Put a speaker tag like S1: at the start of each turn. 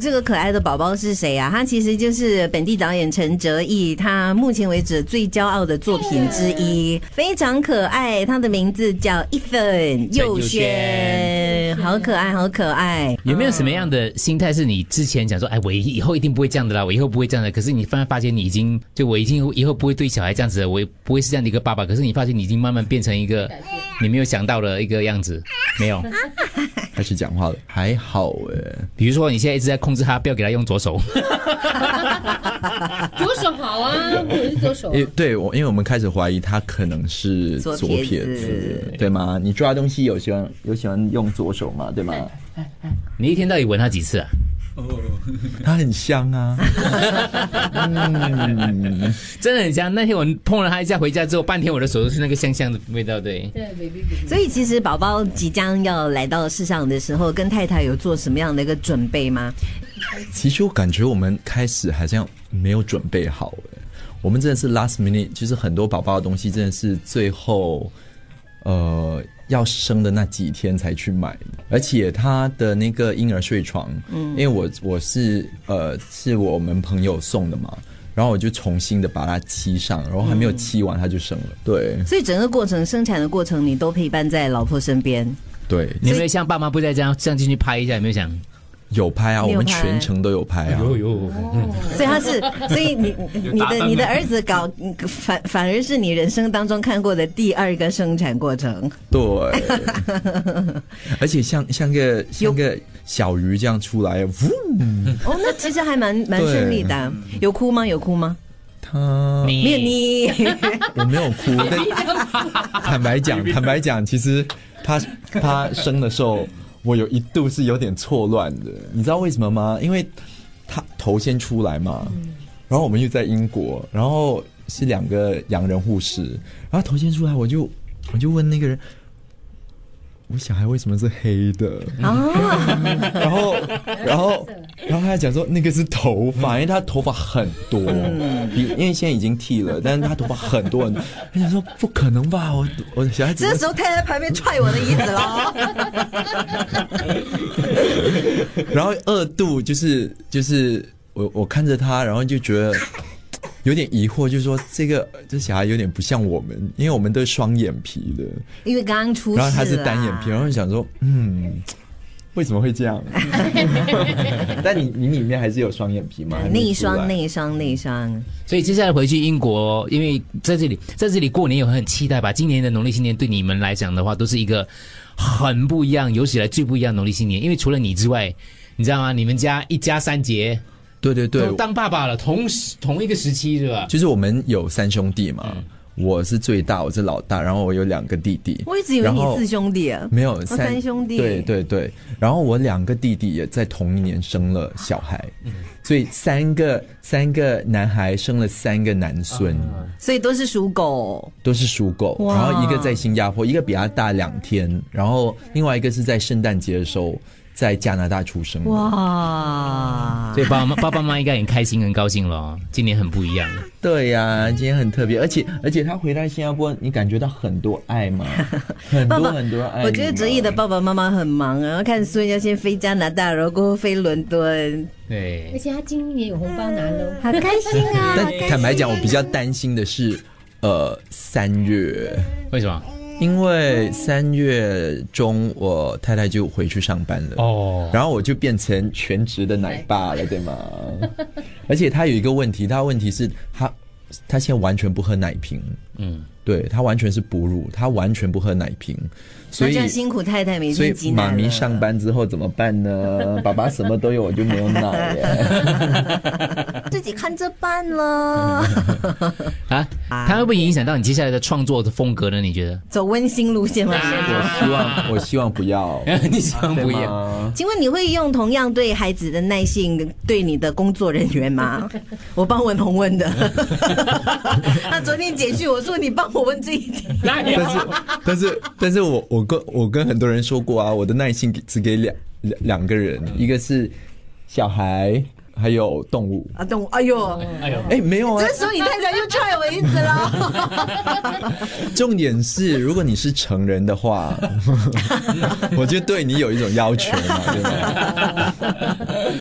S1: 这个可爱的宝宝是谁啊？他其实就是本地导演陈哲艺，他目前为止最骄傲的作品之一，非常可爱。他的名字叫 Ethan 佑
S2: 佑
S1: 轩，
S2: 轩
S1: 好可爱，好可爱。
S2: 有没有什么样的心态是你之前讲说，哎，我以后一定不会这样的啦，我以后不会这样的。可是你突然发现你已经，就我已经以后不会对小孩这样子了，我也不会是这样的一个爸爸。可是你发现你已经慢慢变成一个你没有想到的一个样子，没有。
S3: 开始讲话了，还好哎、
S2: 比如说你现在一直在控制他，不要给他用左手，
S4: 左手好啊，我是左手啊
S3: 因。为对我，因为我们开始怀疑他可能是
S1: 左
S3: 左
S1: 撇
S3: 撇
S1: 子
S3: 子，对吗？你抓东西有喜欢有喜欢用左手吗？对吗？
S2: 你一天到底吻他几次啊？
S3: 它很香啊，
S2: 真的很香。那天我碰了他一下，回家之后半天我的手都是那个香香的味道，对。
S4: 对，baby baby。
S1: 所以其实宝宝即将要来到世上的时候，跟太太有做什么样的一个准备吗？
S3: 其实我感觉我们开始好像没有准备好哎、我们真的是 last minute，就是很多宝宝的东西真的是最后，呃，要生的那几天才去买，而且他的那个婴儿睡床，嗯，因为我我是呃是我们朋友送的嘛，然后我就重新的把它漆上，然后还没有漆完它就生了，对
S1: 所以整个过程生产的过程，你都陪伴在老婆身边。
S3: 对，
S2: 你有没有像爸妈不在家这样进去拍一下？有没有想？
S3: 有拍啊，
S1: 你
S3: 我
S1: 有
S3: 们
S1: 拍
S3: 全程都有拍啊，
S2: 有，
S1: 所以他 是，所以你你你的你的儿子搞反反而是你人生当中看过的第二个生产过程。
S3: 对，而且像像个
S1: 有
S3: 像个小鱼这样出来，呜，
S1: 哦，那其实还蛮蛮顺利的
S3: 嗯
S1: 啊。有哭吗？有哭吗？
S3: 它
S2: 你
S1: 没有你，
S3: 我没有哭，但坦白讲，坦白讲，其实它它生的时候，我有一度是有点错乱的，你知道为什么吗？因为它头先出来嘛，然后我们又在英国，然后是两个洋人护士，然后头先出来，我就我就问那个人。我小孩为什么是黑的？
S1: 哦，
S3: 然后，然后，然后他还讲说那个是头
S1: 嗯
S3: 发，因为他头发很多，比因为现在已经剃了，但是他头发很多很多。他想说不可能吧，我我的小孩子
S1: 这时候太太旁边踹我的椅子 了。
S3: 然后二度就是就是我我看着他，然后就觉得有点疑惑，就是说这个这小孩有点不像我们，因为我们都是双眼皮的，
S1: 因为刚刚出事啊
S3: 然
S1: 啦
S3: 后他是单眼皮，然后想说嗯。为什么会 这样？但你你里面还是有双眼皮吗？还没
S1: 内
S3: 出来
S1: 双内双内双，
S2: 所以接下来回去英国，因为在这里在这里过年也很期待吧。今年的农历新年对你们来讲的话，都是一个很不一样，有史以来最不一样的农历新年。因为除了你之外，你知道吗？你们家一家三杰
S3: 对对对
S2: 都，当爸爸了，同时同一个时期是吧？
S3: 就是我们有三兄弟嘛，
S1: 嗯
S3: 我是最大，我是老大，然后我有两个弟弟。
S1: 我一直以为
S3: 然
S1: 你
S3: 后
S1: 四兄弟啊。
S3: 没有
S1: 三兄弟
S3: 对对对。然后我两个弟弟也在同一年生了小孩，
S1: 嗯
S3: 所以三个三个男孩生了三个男孙，
S1: 所以都是属狗。
S3: 都是属狗。
S1: 啊哇
S3: 然后一个在新加坡，一个比他大两天，然后另外一个是在圣诞节的时候在加拿大出生的。
S1: 哇！
S2: 所以爸妈爸爸妈妈应该很开心很高兴了哦，今年很不一样。
S3: 对呀、今天很特别，而且而且他回到新加坡，你感觉到很多爱 吗？很
S1: 爸
S3: 多
S1: 爸
S3: 很多爱你吗。
S1: 我觉得哲毅的爸爸妈妈很忙啊，然后看孙要先飞加拿大，然后过后飞伦敦，
S4: 而
S2: 对，
S4: 且他今年有红包拿喽。
S1: 好开 心啊！好开心
S3: 但坦白讲，我比较担心的是，呃，三月，
S2: 为什么？
S3: 因为三月中我太太就回去上班了，
S2: 哦
S3: 然后我就变成全职的奶爸了，对吗？而且她有一个问题，她的问题是她她现在完全不喝奶瓶，
S2: 嗯，
S3: 对她完全是哺乳，她完全不喝奶瓶，所以
S1: 那这样辛苦太太每
S3: 所
S1: 天
S3: 以
S1: 挤奶
S3: 妈咪
S1: 了
S3: 上班之后怎么 办呢？爸爸什么都有，我就没有奶耶。
S1: 自己看着办了，
S3: 嗯
S2: 啊，他会不会影响到你接下来的创作的风格呢？你觉得？
S1: 走温馨路线吗？
S3: 我希望我希望不要，
S2: 你想不一
S3: 对
S2: 样。
S3: 吗
S1: 请问你会用同样对孩子的耐性对你的工作人员吗？我帮文宏问的，他昨天解讯我说你帮我问这一题，
S3: 但是，但是，但是我我跟我跟很多人说过啊，我的耐性给只给两两两个人，一个是小孩，还有动物。
S1: 啊，懂？哎呦，
S2: 哎呦，
S3: 哎，没有啊
S1: 这，时候你太太又踹我一次了。
S3: 重点是，如果你是成人的话， 我就对你有一种要求嘛，对吧？